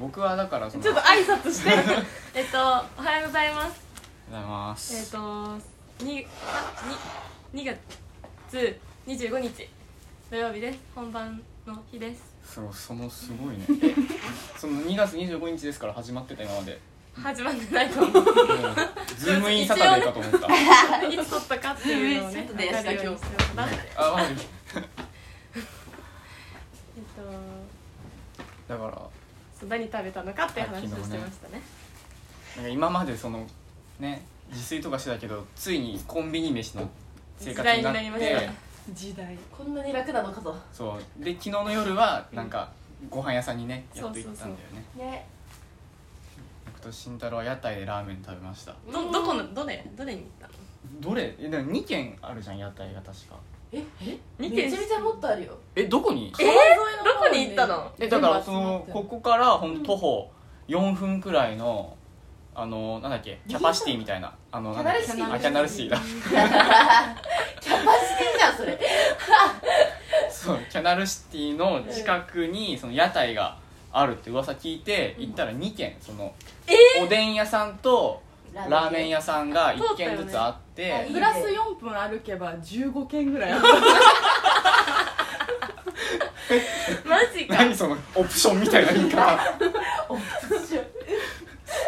僕はだからそのちょっと挨拶して えっとおはようございますおはようございまえっす、とにあに2月25日土曜日です本番の日ですそうそのすごいねえその2月25日ですから始まってた今まで始まってないと思うもうズームインサタデーかと思ったいつ撮ったかっていうの をねズームインサタデ分ーかるようにしようかなってあマジえっとだからそう何食べたのかっていう話をしてましたねなんか今までそのね自炊とかしてたけどついにコンビニ飯の生活になっ時代になりましてた時代こんなに楽なのかとそうで昨日の夜はなんかご飯屋さんにねやっと行ったんだよねね僕と慎太郎は屋台でラーメン食べましたどどこのどれどれに行ったのどれえでも2軒あるじゃん屋台が確かええ二め軒ちゃめちゃもっとあるよえどこにえーどこに行ったのえだからそのここからほんと徒歩4分くらいのあのなんだっけキャパシティみたいなあのなんだっけキャナルあシティキャナルシティだキャパシティじゃんそれそうキャナルシティの近くにその屋台があるって噂聞いて行ったら2軒そのおでん屋さんとラーメン屋さんが1軒ずつあって、通ったよねプラス4分歩けば15軒ぐらいあるマジ か何そのオプションみたいな言い方おす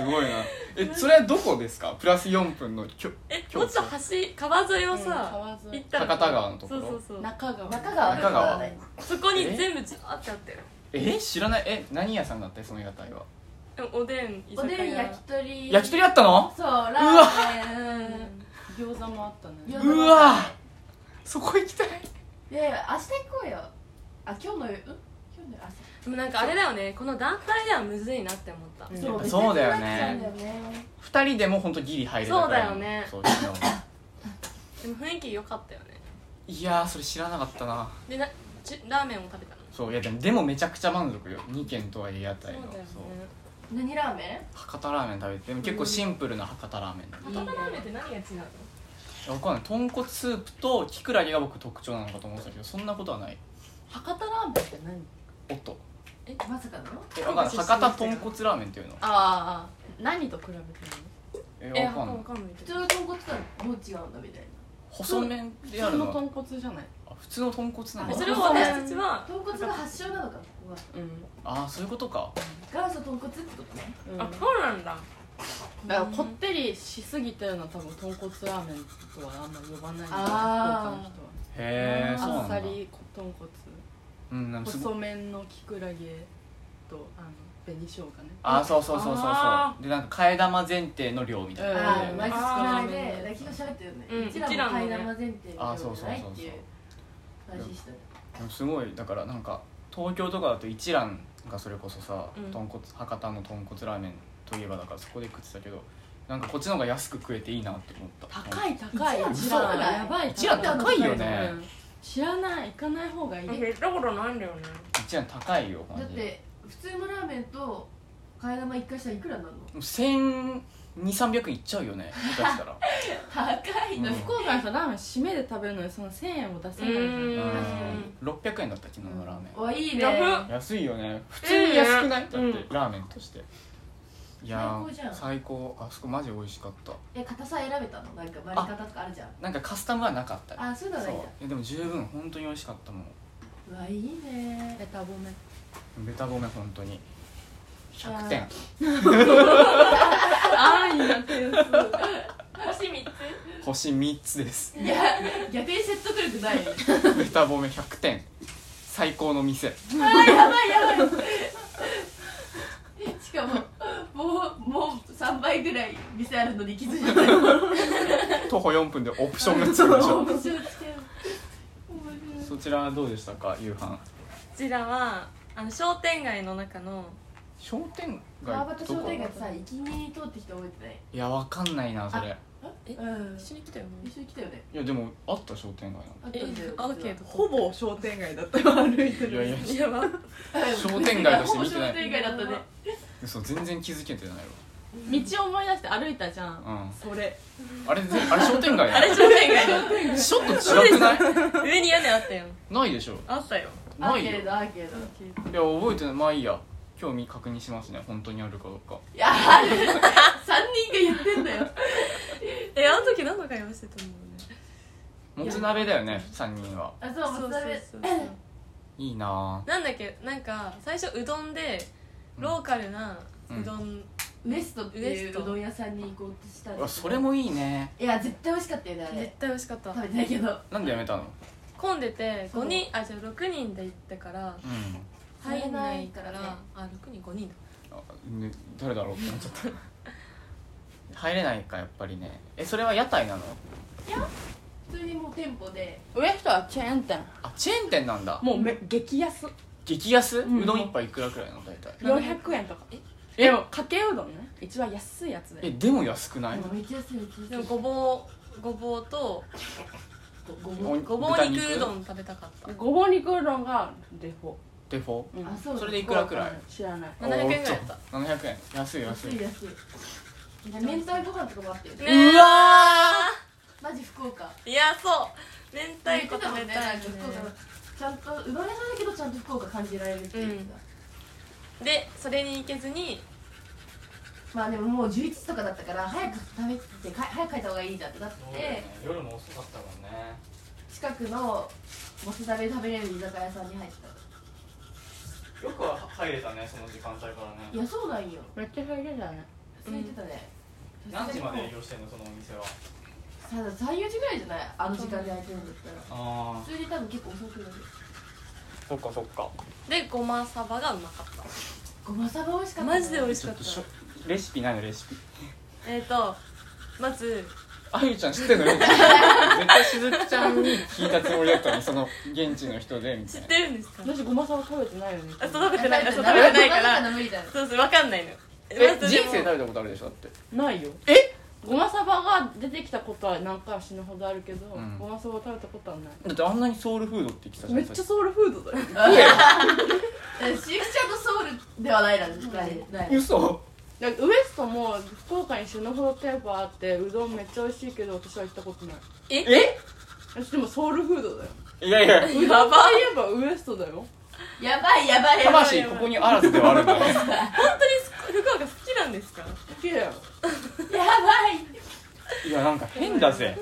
ごいなえそれはどこですかプラス4分のきょ え京も都っと橋川沿いを さ、川行沿いったら高田川のとこそうろそうそう中川中川中川ねそこに全部ジャーってあったよえ知らないえ何屋さんだってその屋台はでもおでん居お酒屋でん焼き鳥焼き鳥あったのそうラーメン餃子もあった餃ね子もうわそこ行きたいで明日行こうよあ今日の夜ん今日のでもなんかあれだよねこの団体ではむずいなって思った、うん夜朝そうだよね別々になっちゃうんだよね2人でも本当ギリ入れたぐらいのそうだよねそう昨日でも雰囲気良かったよねいやーそれ知らなかったなでなちゅラーメンを食べたのそういやでもでもめちゃくちゃ満足よ2軒とはいえ屋台のそうだよね何ラーメン博多ラーメン食べてでも結構シンプルな博多ラーメンだった、博多ラーメンって何が違うのわかんない豚骨スープときくらげが僕特徴なのかと思ってたけどそんなことはない博多ラーメンって何おっとまさかのえわかんない博多豚骨ラーメンっていうのあ何と比べてるえあえわわかんかないんない普け通どの豚骨とはもう違うんだみたい細麺のであ普通るののは豚骨じゃないあ普通の豚骨なえのそれを私たちはな豚骨が発祥なのかここはうんああそういうことか元祖豚骨ってことねだあかそうなんだらこってりしすぎたような多分豚骨ラーメンとはあんま呼ばないあーへえそうあなっんさだり豚骨うんなんかすごい細麺のきくらげとあの紅生姜ねあーそうそうそうそうあそうでなんか替え玉前提の量みたいなあうあん毎ね日あー使わないでだから昨日喋ったよね、うんうちらも替え玉前提であーそうそうそうないそっうていう話したねでもすごいだからなんか東京とかだと一蘭がそれこそさ、うん豚骨博多の豚骨ラーメンといえばだからそこで食ってたけどなんかこっちの方が安く食えていいなって思った高い高い一蘭一蘭そうだねやばい一蘭高いよねうん知らない行かない方がいい行ったことないんだよね一蘭高いよマだっジでて普通のラーメンと替え玉一回したらいくらになるの1200300円いっちゃうよね下手したら高いのうん福岡の人ラーメン締めで食べるのにその1000円を出せないじゃんううんん600円だった昨日のラーメン、おいいねや安いよね普通に安くない、うんだってラーメンとしていや最高じゃーん最高あそこマジ美味しかったえ硬さ選べたのなんか割り方とかあるじゃんなんかカスタムはなかったあーそういうのそはういいいんだやでも十分本当に美味しかったもんうわいいねベタ褒めベタ褒め本当に100点ああーいいな点数星3つ星3つです いや逆に説得力ないベタ褒め100点最高の店あーやばいやばいしかももうもう3倍ぐらい店あるのに気づいてない徒歩4分でオプションがつく でしょ面白い面白いそちらはどうでしたか夕飯こちらはあの商店街の中の商店川街端ど商こ店街ってさ行きに通ってきて覚えいやわかんないなそれてないうん一緒に来たよね一緒に来たよねいやでもあった商店街なんあったえんだよアーケードほぼ商店街だったよ歩いていやいやるいやばうん商店街として見てないほぼ商店街だったねでそう全然気づけてない道を思い出して歩いたじゃん、わそれうんあれぜあれ商店街 あれ商店街ちょっと違くないの上に屋根あったよないでしょあったよアなーいケよいードアーケードや覚えてないまあいいや今日確認しますね本当にあるかどうかいやあれ三人が言ってん だよえあの時何の会話してたんだろもつ鍋だよね3人はあそうもううねそれそうそうそういいななんだっけなんか最初うどんでローカルなうどん、ウエストっていウエスうトうどん屋さんに行こうとしたぁんだけうどわそれもいいねいや絶対美味しかったよねあ絶れ対美味しかった食べてないけどなんでやめたの混んでてそう5人あじゃあ6人で行ったからう入んないから入れないからねあ6人5人だんあ、ね、誰だろうって思っちゃった 入れないかやっぱりねえそれは屋台なの普通にもう店舗でウエストはチェーン店あチェーン店なんだもうめ激安激安、うんどん一杯いくらくらいなの大体400円とかえでもかけうどんね一番安いやつえででも安くない、もうめっちゃ安いめっちゃ安いでもごぼうごぼうとごごぼうおごぼう肉豚うどん食べたかったごぼう肉うどんがデフォ、デフォうんあそうそれでいくらくらい知らない700円ぐらいだったた700円安い安安いい安い明太子ご飯とかもあったよねねえうわマジ福岡いやそう明太子食べ言たいってたもんねねなんか福岡のちゃんとうどん屋さんだけどちゃんと福岡感じられるっていうか、でそれに行けずにまあでももう11時とかだったから早く食べてか早く帰った方がいいじゃんってなって夜も遅かったもんね近くのもつ鍋食べれる居酒屋さんに入ったよくは入れたねその時間帯からいやそうなんよめっちゃ入れたね空いてたね、業してんのそのお店はさだ34時ぐらいじゃないあの時間で開いてるんだったらああ普通に多分結構遅くなるそっかそっかでごまさばがうまかっごまさば美味しかたったマジで美味味ししちょかっっとしょたレシピないのレシピえっとまずあゆちゃん知ってんのよ絶対しずくちゃんに聞いたつもりだったのにその現地の人でみたい知っなてるんですか私ごまさば食べてないよねあそう食べてないあそう食べてないから無理だよそうそうわかんないのよえまずで人も生食べたことあるでしょだってないよえごまさばが出てきたことは何回は死ぬほどあるけど、うんごまさばを食べたことはないだってあんなにソウルフードって言ってたじゃんめっちゃソウルフードだよえしゆきちゃんとソウルではないなないない嘘なんかウエストも福岡に死ぬほど店舗あってうどんめっちゃ美味しいけど私は行ったことないええ私でもソウルフードだよいやいやうどんといえばウエストだよやばいやばいやばい魂ここにあらずではあるんだね本当に福岡好きなんですか好きだよやばいいやなんか変だぜ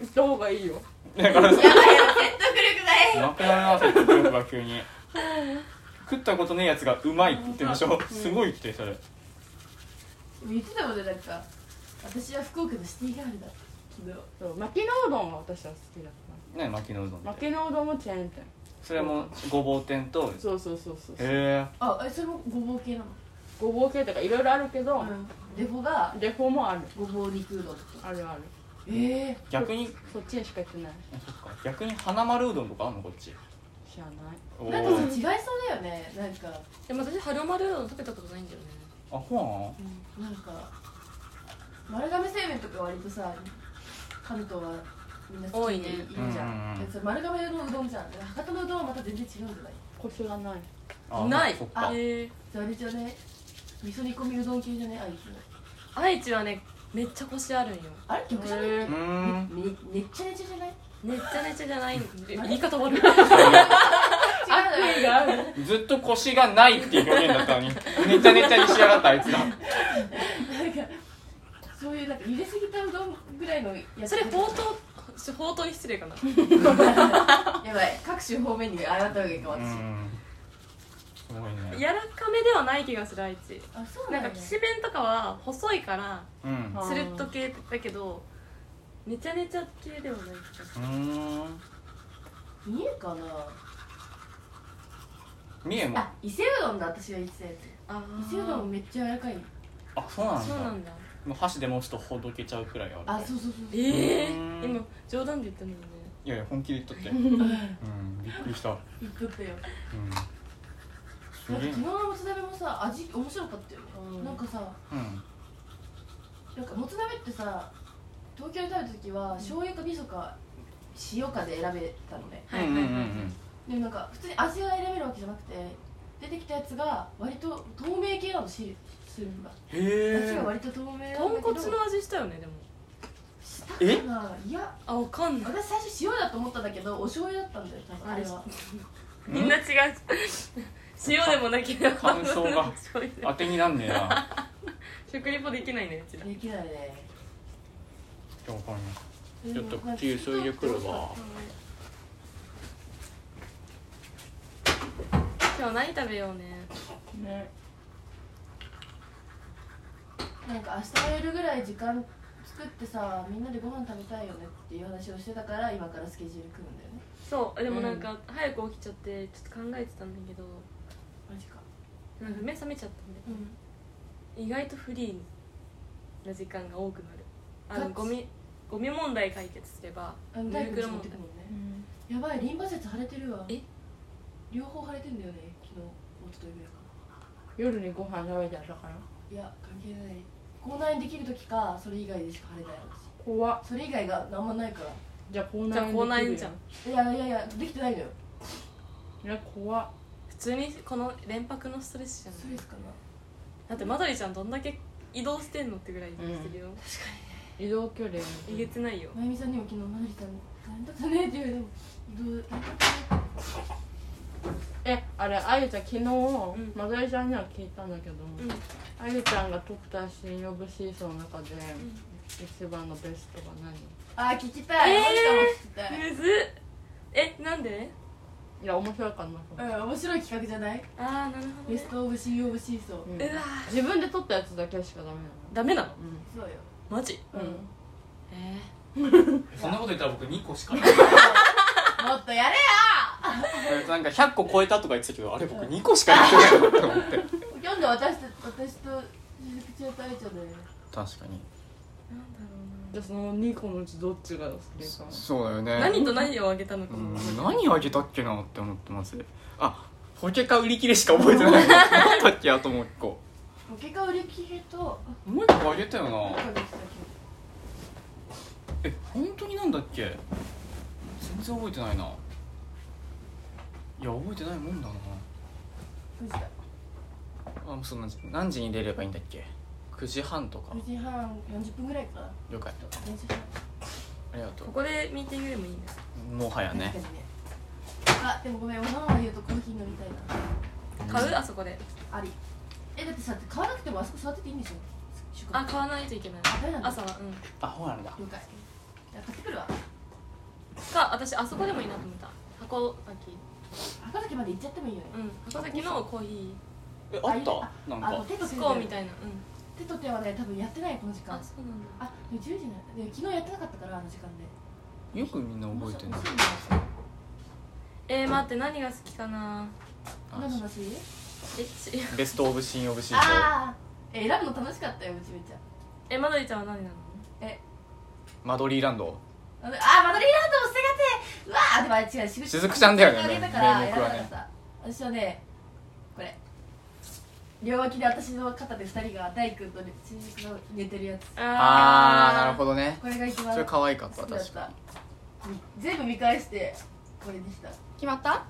行った方がいいよだからなやばいやばい説得力ないくなるな説得力が急に食ったことねえやつがうまいって言ってるでしょすごいってそれ言ってたもんねなんか私は福岡のシティガールだって昨日そう牧野うどんが私は好きだっね巻きのうどんたって牧野うどんもチェーン店それもごぼう天とそうそうそうそうへえあえそれもごぼう系なのごぼう系とかいろいろあるけど、デフォがデフォもあるごぼう肉うどんとかあるあるええ逆にそっちにしか行ってないあそっか逆に花丸うどんとかあんのこっち知らないおなんかおさ違いそうだよねなんかでも私春丸うどん食べたことないんだよねあほなんか丸亀製麺とか割とさ関東はみんな好きでいるじ多いねゃうんんうんうんでそれ丸亀のうどんじゃんで博多のうどんはまた全然違うんじゃないコシがないんあないそっかえーじゃああれじゃね味噌煮込みうどん系じゃねあいつの愛知はねめっちゃ腰あるんよあれ逆じゃないーんめめっちゃねちゃじゃないねっちゃねちゃじゃないんで言い方悪い違うよあるずっと腰がないっていう表現だったのにネチャネチャにしやがったあいつらなんかそういうなんか茹ですぎたうどんぐらいのやつそれ冒頭冒頭に失礼かなやばい各種方面に洗った方がいいかう私んすごいねやらかめではない気がする愛知あそうななんんかだ岸弁とかは細いからうんあーつるっと系だけどめちゃめちゃ系ではない気がすうーん見えるかな三重もあ伊勢うどんだ私が言ってたやつあ伊勢うどんめっちゃ柔らかいあそうなんだそうなんだもう箸でもうちょっとほどけちゃうくらいあるあそうそうそうええうん今冗談で言ったのにねいやいや本気で言っと ってうんびっくりしたうん言っとったよすなんかげえ昨日のもつ鍋もさ味面白かったよね、うんなんかさうんなんかもつ鍋ってさ東京で食べた時は醤油か味噌か塩かで選べたのねはいうんはういんはういんでもなんか普通に味が選べるわけじゃなくて出てきたやつが割と透明系なの汁汁がへえ味が割と透明なんだけど豚骨の味したよねでもしたかないやあわかんない私最初塩だと思ったんだけどお醤油だったんだよ多分あれはみんな違う塩でもなければ感想が醤油でも当てになんねえ な食リポできないねうちらできないねちょっとわかんないちょっと急急いでくるわ今日何食べようねねなんか明日の夜ぐらい時間作ってさみんなでご飯食べたいよねっていう話をしてたから今からスケジュール組むんだよねそうでもなんか早く起きちゃってちょっと考えてたんだけどマジかなんか目覚めちゃったんでうん意外とフリーな時間が多くなるあガのチゴミゴミ問題解決すればあのぬ大い工ぐる持みってくもんねやばいリンパ節腫れてるわえ両方腫れてんだよね昨日もうちょっと夢か夜にご飯食べちゃったからないや関係ない口内炎できる時かそれ以外でしか腫れない私怖っそれ以外が何もないからじゃあ口内じゃあ炎口内炎できるよじゃんいやいやいやできてないのよいや怖っ普通にこの連泊のストレスじゃストなレいスかなだってマドリちゃんどんだけ移動してんのってぐらいしてるよ、移動距離えげつないよまゆみさんにも昨日まなりさん大変だったねって言われてもどう大変だったねえあれあゆちゃん昨日、んまどりちゃんには聞いたんだけど、うんあゆちゃんが撮った新呼ぶシーソーの中で、一番のベストは何あー聞きたいえーマジかも聞きむずっえなんでいや面白いかなとた思っいうん面白い企画じゃないああなるほど、ベねス、トオブシーオブシーソーて、うんうわー自分で撮ったやつだけしかダメなのダメなのうそうよマジうん うんえそんなこと言ったら僕2個しかないもっとやれよ なんか100個超えたとか言ってたけどあれ僕2個しかやってないなと思って今日で私と私と鈴木千代とあゆちゃんだよね確かにー、なんだろうじゃあその2個のうちどっちが好きかそうだよねな何と何をあげたのかうも、ん何あげたっけなって思ってますあポケカ売り切れしか覚えてない 何だったっけあともう1個もう結果売り切れともう1個あげたよあななんかできたえ本当になんだっけ全然覚えてないないや覚えてないもんだな今日9時だあもうそんな何時に出ればいいんだっけ9時半とか9時半40分ぐらいかな了解電車ありがとここでミーティングでもいいんですうもはや確かにねねあでもごめんおまんま言うとコーヒー飲みたいな買うあそこでありえだってさ買わなくてもあそこ座ってていいんでしょ宿泊あ買わないといけないダメなんだ朝はうんあほうなんだ了解じゃあ買ってくるわか私あそこでもいいなと思った箱崎箱崎まで行っちゃってもいいよねうん箱崎のコーヒえあったなんあのか手とー手スみコーンみたいたいなうん手と手はね多分やってないこの時間あそうなんだあでも10時になったでも昨日やってなかったからあの時間でよくみんな覚えてる面な白い面白いえー、待って何が好きかな何の話えちベストオブシンオブシンああ選ぶの楽しかったようちめちゃえまどりちゃんは何なのえマドリーランドあのあマドリーランドも捨てがてうわあでもあれ違うしぐしずくちゃんだよねあげたから名目はねやらなかった私はねこれ両脇で私の肩で二人が大君としずくの寝てるやつあーなるほどどねこれが一番それ可愛かった好きだっ確たか全部見返してこれにした決まった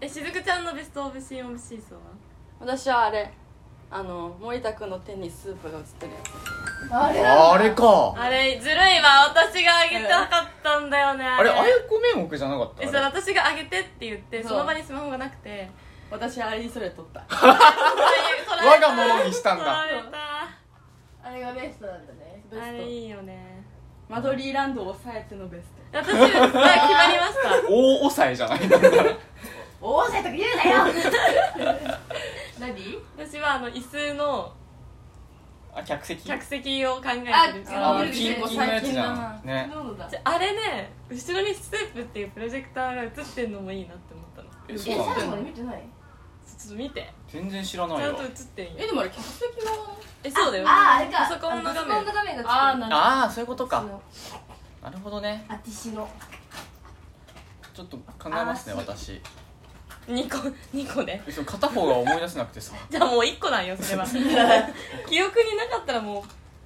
えしずくちゃんのベストオブシーンオブシーソーは私はあれあの森田君の手にスープが映ってるやつあにれなんだあれかあれずるいわ私があげたかったんだよねああれあやこ名目じゃなかっえそたれあれ私があげてって言ってそうその場にスマホがなくて私あれにそれ撮 った我が物にしたんだ取られたあれがベストなんだねベあスれトいいよねマドリーランドを抑えてのベス私は決まりました大抑えじゃないなんか大勢とか言うなよ何私はあの椅子のあ客席客席を考えてるああーーキンキンのやつじゃん ね昨日のだじゃあれね後ろにスープっていうプロジェクターが映ってんのもいいなって思ったのちょええそうな最後のまで見てないちょっと見て全然知らちないゃんよと映ってんトえよでもあれ客席はえそうだよあああれかパソコンの画あパソコン面の画面があーななるほああそういうことかのなるほどねあティシのちょっと考えますねあー私2個2個でえそう片方が思い出せなくてさじゃあもう1個なんよそれは記憶になかったらもう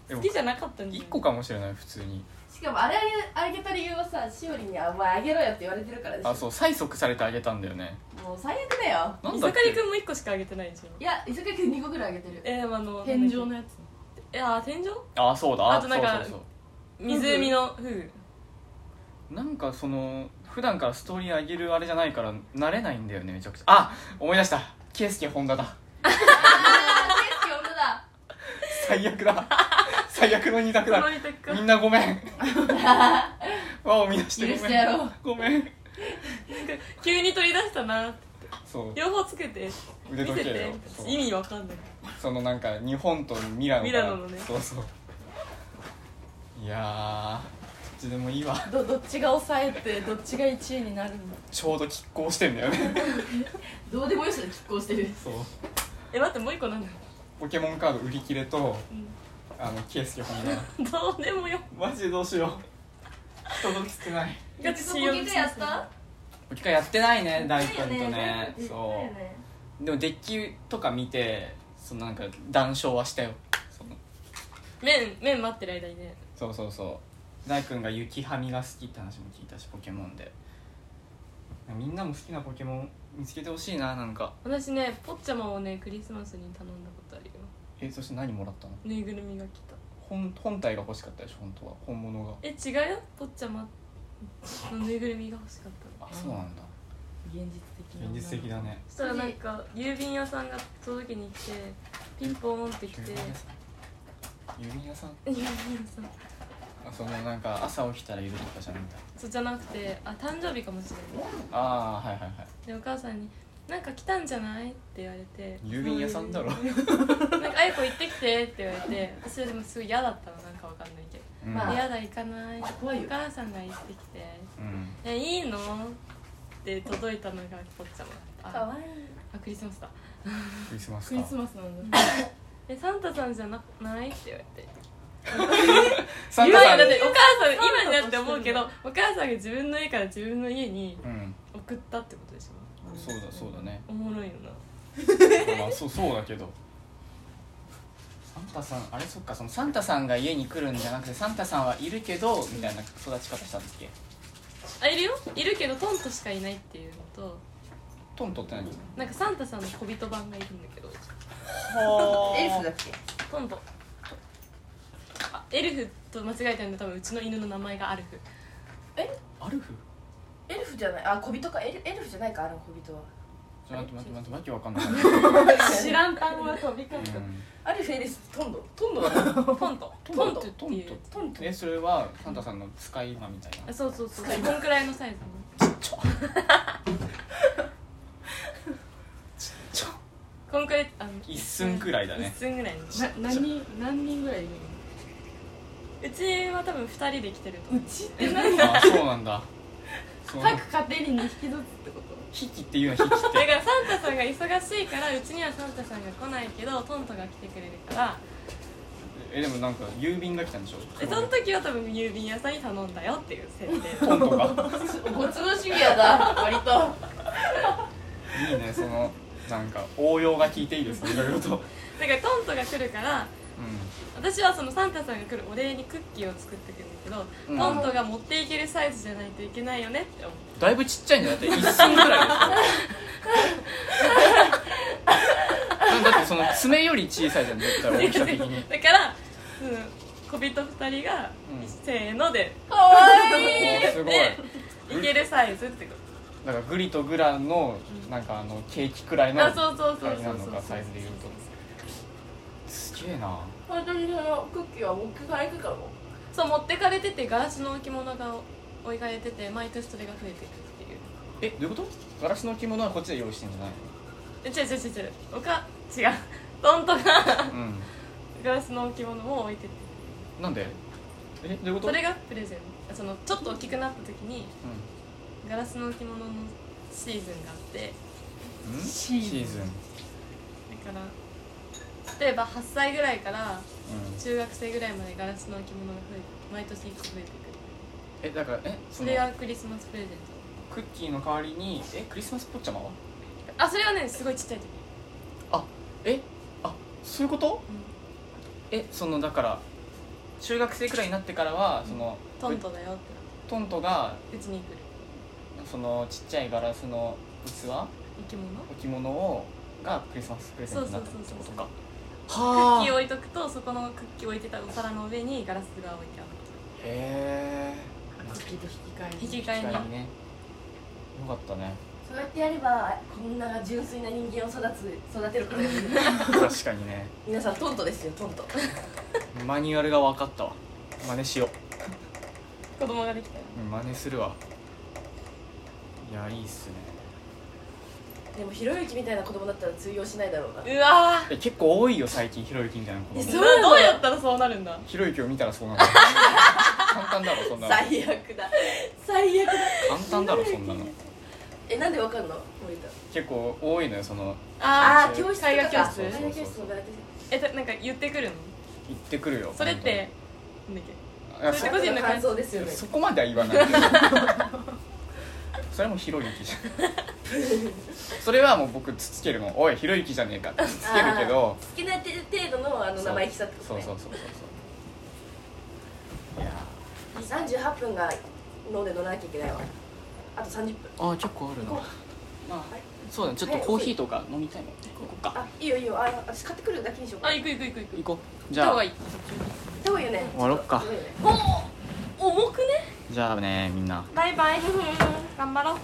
で好もきじゃなかったんだよ1個かもしれない普通にしかもあれあげた理由はさしおりに「あお前あげろよ」って言われてるからでしょあそう催促されてあげたんだよねもう最悪だよなん伊だ坂っりけくんも1個しかあげてないでしょいや伊坂君2個ぐらいあげてるえでもあのど天井のやついやー天井ああそうだあとなんかそうそうそう湖のフグなんかその普段からストーリー上げるあれじゃないから慣れないんだよねめちゃくちゃあ思い出した圭介本田だ景色俺だ最悪だ最悪の二択だ届いてくみんなごめん輪を乱して許しごてめやんろうごめん急に取り出したなそう両方つけて腕見時せ計てをそう意味わかんないそのなんか日本とミラノミからラノのねそうそういやーどっちでもいいわどどっちが抑えてどっちが1位になるんだちょうど拮抗してんだよ ねどうでもよしの拮抗してるそうえ待ってもう一個なんだポケモンカード売り切れとうんあの圭介本 田どうでもよマジでどうしよう人が少ないガガチチ信ポ用ケカやった一回やってないね大根とねそそうでもデッキとか見てそのなんか談笑はしたよその麺麺待ってる間にねそうそうそう大君が雪はみが好きって話も聞いたしポケモンでみんなも好きなポケモン見つけてほしいななんか私ねポッチャマをねクリスマスに頼んだことあるよえそして何もらったのぬいぐるみが来た本本体が欲しかったでしょ本当は本物がえ違うよポッチャマのぬいぐるみが欲しかったのあそうなんだ現実的な現実的だねそしたらなんか郵便屋さんが届けに来てピンポーンって来郵て便屋さん郵便屋さん郵便屋さんあそのなんか朝起きたらいるとかじゃないんだそうじゃなくてあ誕生日かもしれないああはいはいはいでお母さんに「なんか来たんじゃない?」って言われて郵便屋さんだろ「なんかあゆこ行ってきて」って言われて私はでもすごい嫌だったのなんかわかんないけどうん、ま「あ嫌だ行かない」お怖いよ母さんが行ってきてうん「えいいの?」って届いたのがポッチャマかあわいいあクリスマスだクリスマスクかリスマスなん だえサンタさんじゃなないって言われてサン今タさだんってお母さん今サンタとしにてなって思うけどお母さんが自分の家から自分の家にうん送ったってことでしょそうだそうだねおもろいよなまあそう そうだけどサンタさんあれそっかそのサンタさんが家に来るんじゃなくてサンタさんはいるけどみたいな育ち方したんだっけあいるよいるけどトントしかいないっていうのとトントって何なんかサンタさんの小人版がいるんだけどエルスだっけトントあエルフと間違えたんで多分うちの犬の名前がアルフアルフエルフじゃないあ小人かエルエルフじゃないかあの小人はちょっと待って待って待ってわけわかんない、知らん単語が飛び交うアルフエルストンドトンドはトントトトンントトってトンいトうトンドえそれはサンタさんの使い魔みたいあそうそうそうこんくらいのサイズのちょこんくらいあの一寸くらいだね一寸ぐらいのな何人何人ぐらいいるうちは多分2人で来てると思のううちって何なあそうなんだそうなんだ各家庭に2匹ずつってこと引きっていうの引きっだてからサンタさんが忙しいからうちにはサンタさんが来ないけどトントが来てくれるからえでもなんか郵便が来たんでしょえその時は多分郵便屋さんに頼んだよっていう設定トントがご都合主義やだ割といいねそのなんか応用が効いていいですねいろいろとだからトントが来るからう私はそのサンタさんが来るお礼にクッキーを作ってくるんだけど、うんトントが持っていけるサイズじゃないといけないよねって思ってんだいぶちっちゃいんじゃなくて一寸ぐらいですよだってその爪より小さいじゃん絶対 大きさ的にだから、うん、小人2人が、うんせーのでかわいいおすごいいけるサイズってこだからグリとグラのなんかあのケーキくらいと、のあそうそうそうあれそなうのそうかサイズで言うとすげえな本当にそのクッキーは持ってかれてたのそう持ってかれててガラスの置物が置かれてて毎年それが増えていくってえいうどういうことガラスの着物はこっちで用意してんじゃないえ違う違う違う違うおか違う トントがのガラスの置物も置いててうんなんでえどういうことそれがプレゼントそのちょっと大きくなった時にうガラスの置物のシーズンがあってん、うん、シーズンシーズン、うん、だから例えば8歳ぐらいから中学生ぐらいまでガラスの置物が増えて毎年1個増えてえいくだからえそそのれがクリスマスプレゼンクッキーの代わりにえクリスマスポッチャマはトあそれはねすごいちっちゃい時あえあそういうことうんえそのだから中学生くらいになってからはそのトントだよってトントがうちに来るそのちっちゃいガラスの器置物置物をがクリスマスプレゼントになったってことかクッキーはあ置いとくとそこのクッキー置いてたお皿の上にガラスが置いてあるへえ月と引き換え引にき換えに ねよかったねサそうやってやればこんな純粋な人間を育つ育てることができる確かにね 皆さんトントですよトントマニュアルが分かったわ真似しよ子供ができたらううん真似するわいやいいっすねでもひろゆきみたいな子供だったら通用しないだろうなうわえ結構多いよ最近ひろゆきみたいな子供えーそううわどうやったらそうなるんだひろゆきを見たらそうなの簡単だろそんなの最悪だ最悪だ簡単だろそんなのえなんでわかんの森田結構多いのよそのあー教室とか絵画教室絵画教室のバイトえたなんか言ってくるの言ってくるよそれってなんだっいやそそれ個人の感感想想ですよねそこまでは言わないそれもひろゆきじゃんそれはもう僕つつけるもんおいひろゆきじゃねえかってつつけるけど好きな程度のあの生意気さってことそうねそうそうそうそういや38分が飲んで乗らなきゃいけないわあと30分あー結構あるなこうまはいあそうだねちょっとコーヒーとか飲みたいもんね行こうかあいいよいいよあ私買ってくるだけにしようけかあ行行く行く行く行行く行こうじったゃ方あがいいった方がいいよね終わろっかちょっとお重くねじゃあねみんなバイバイ 頑張ろう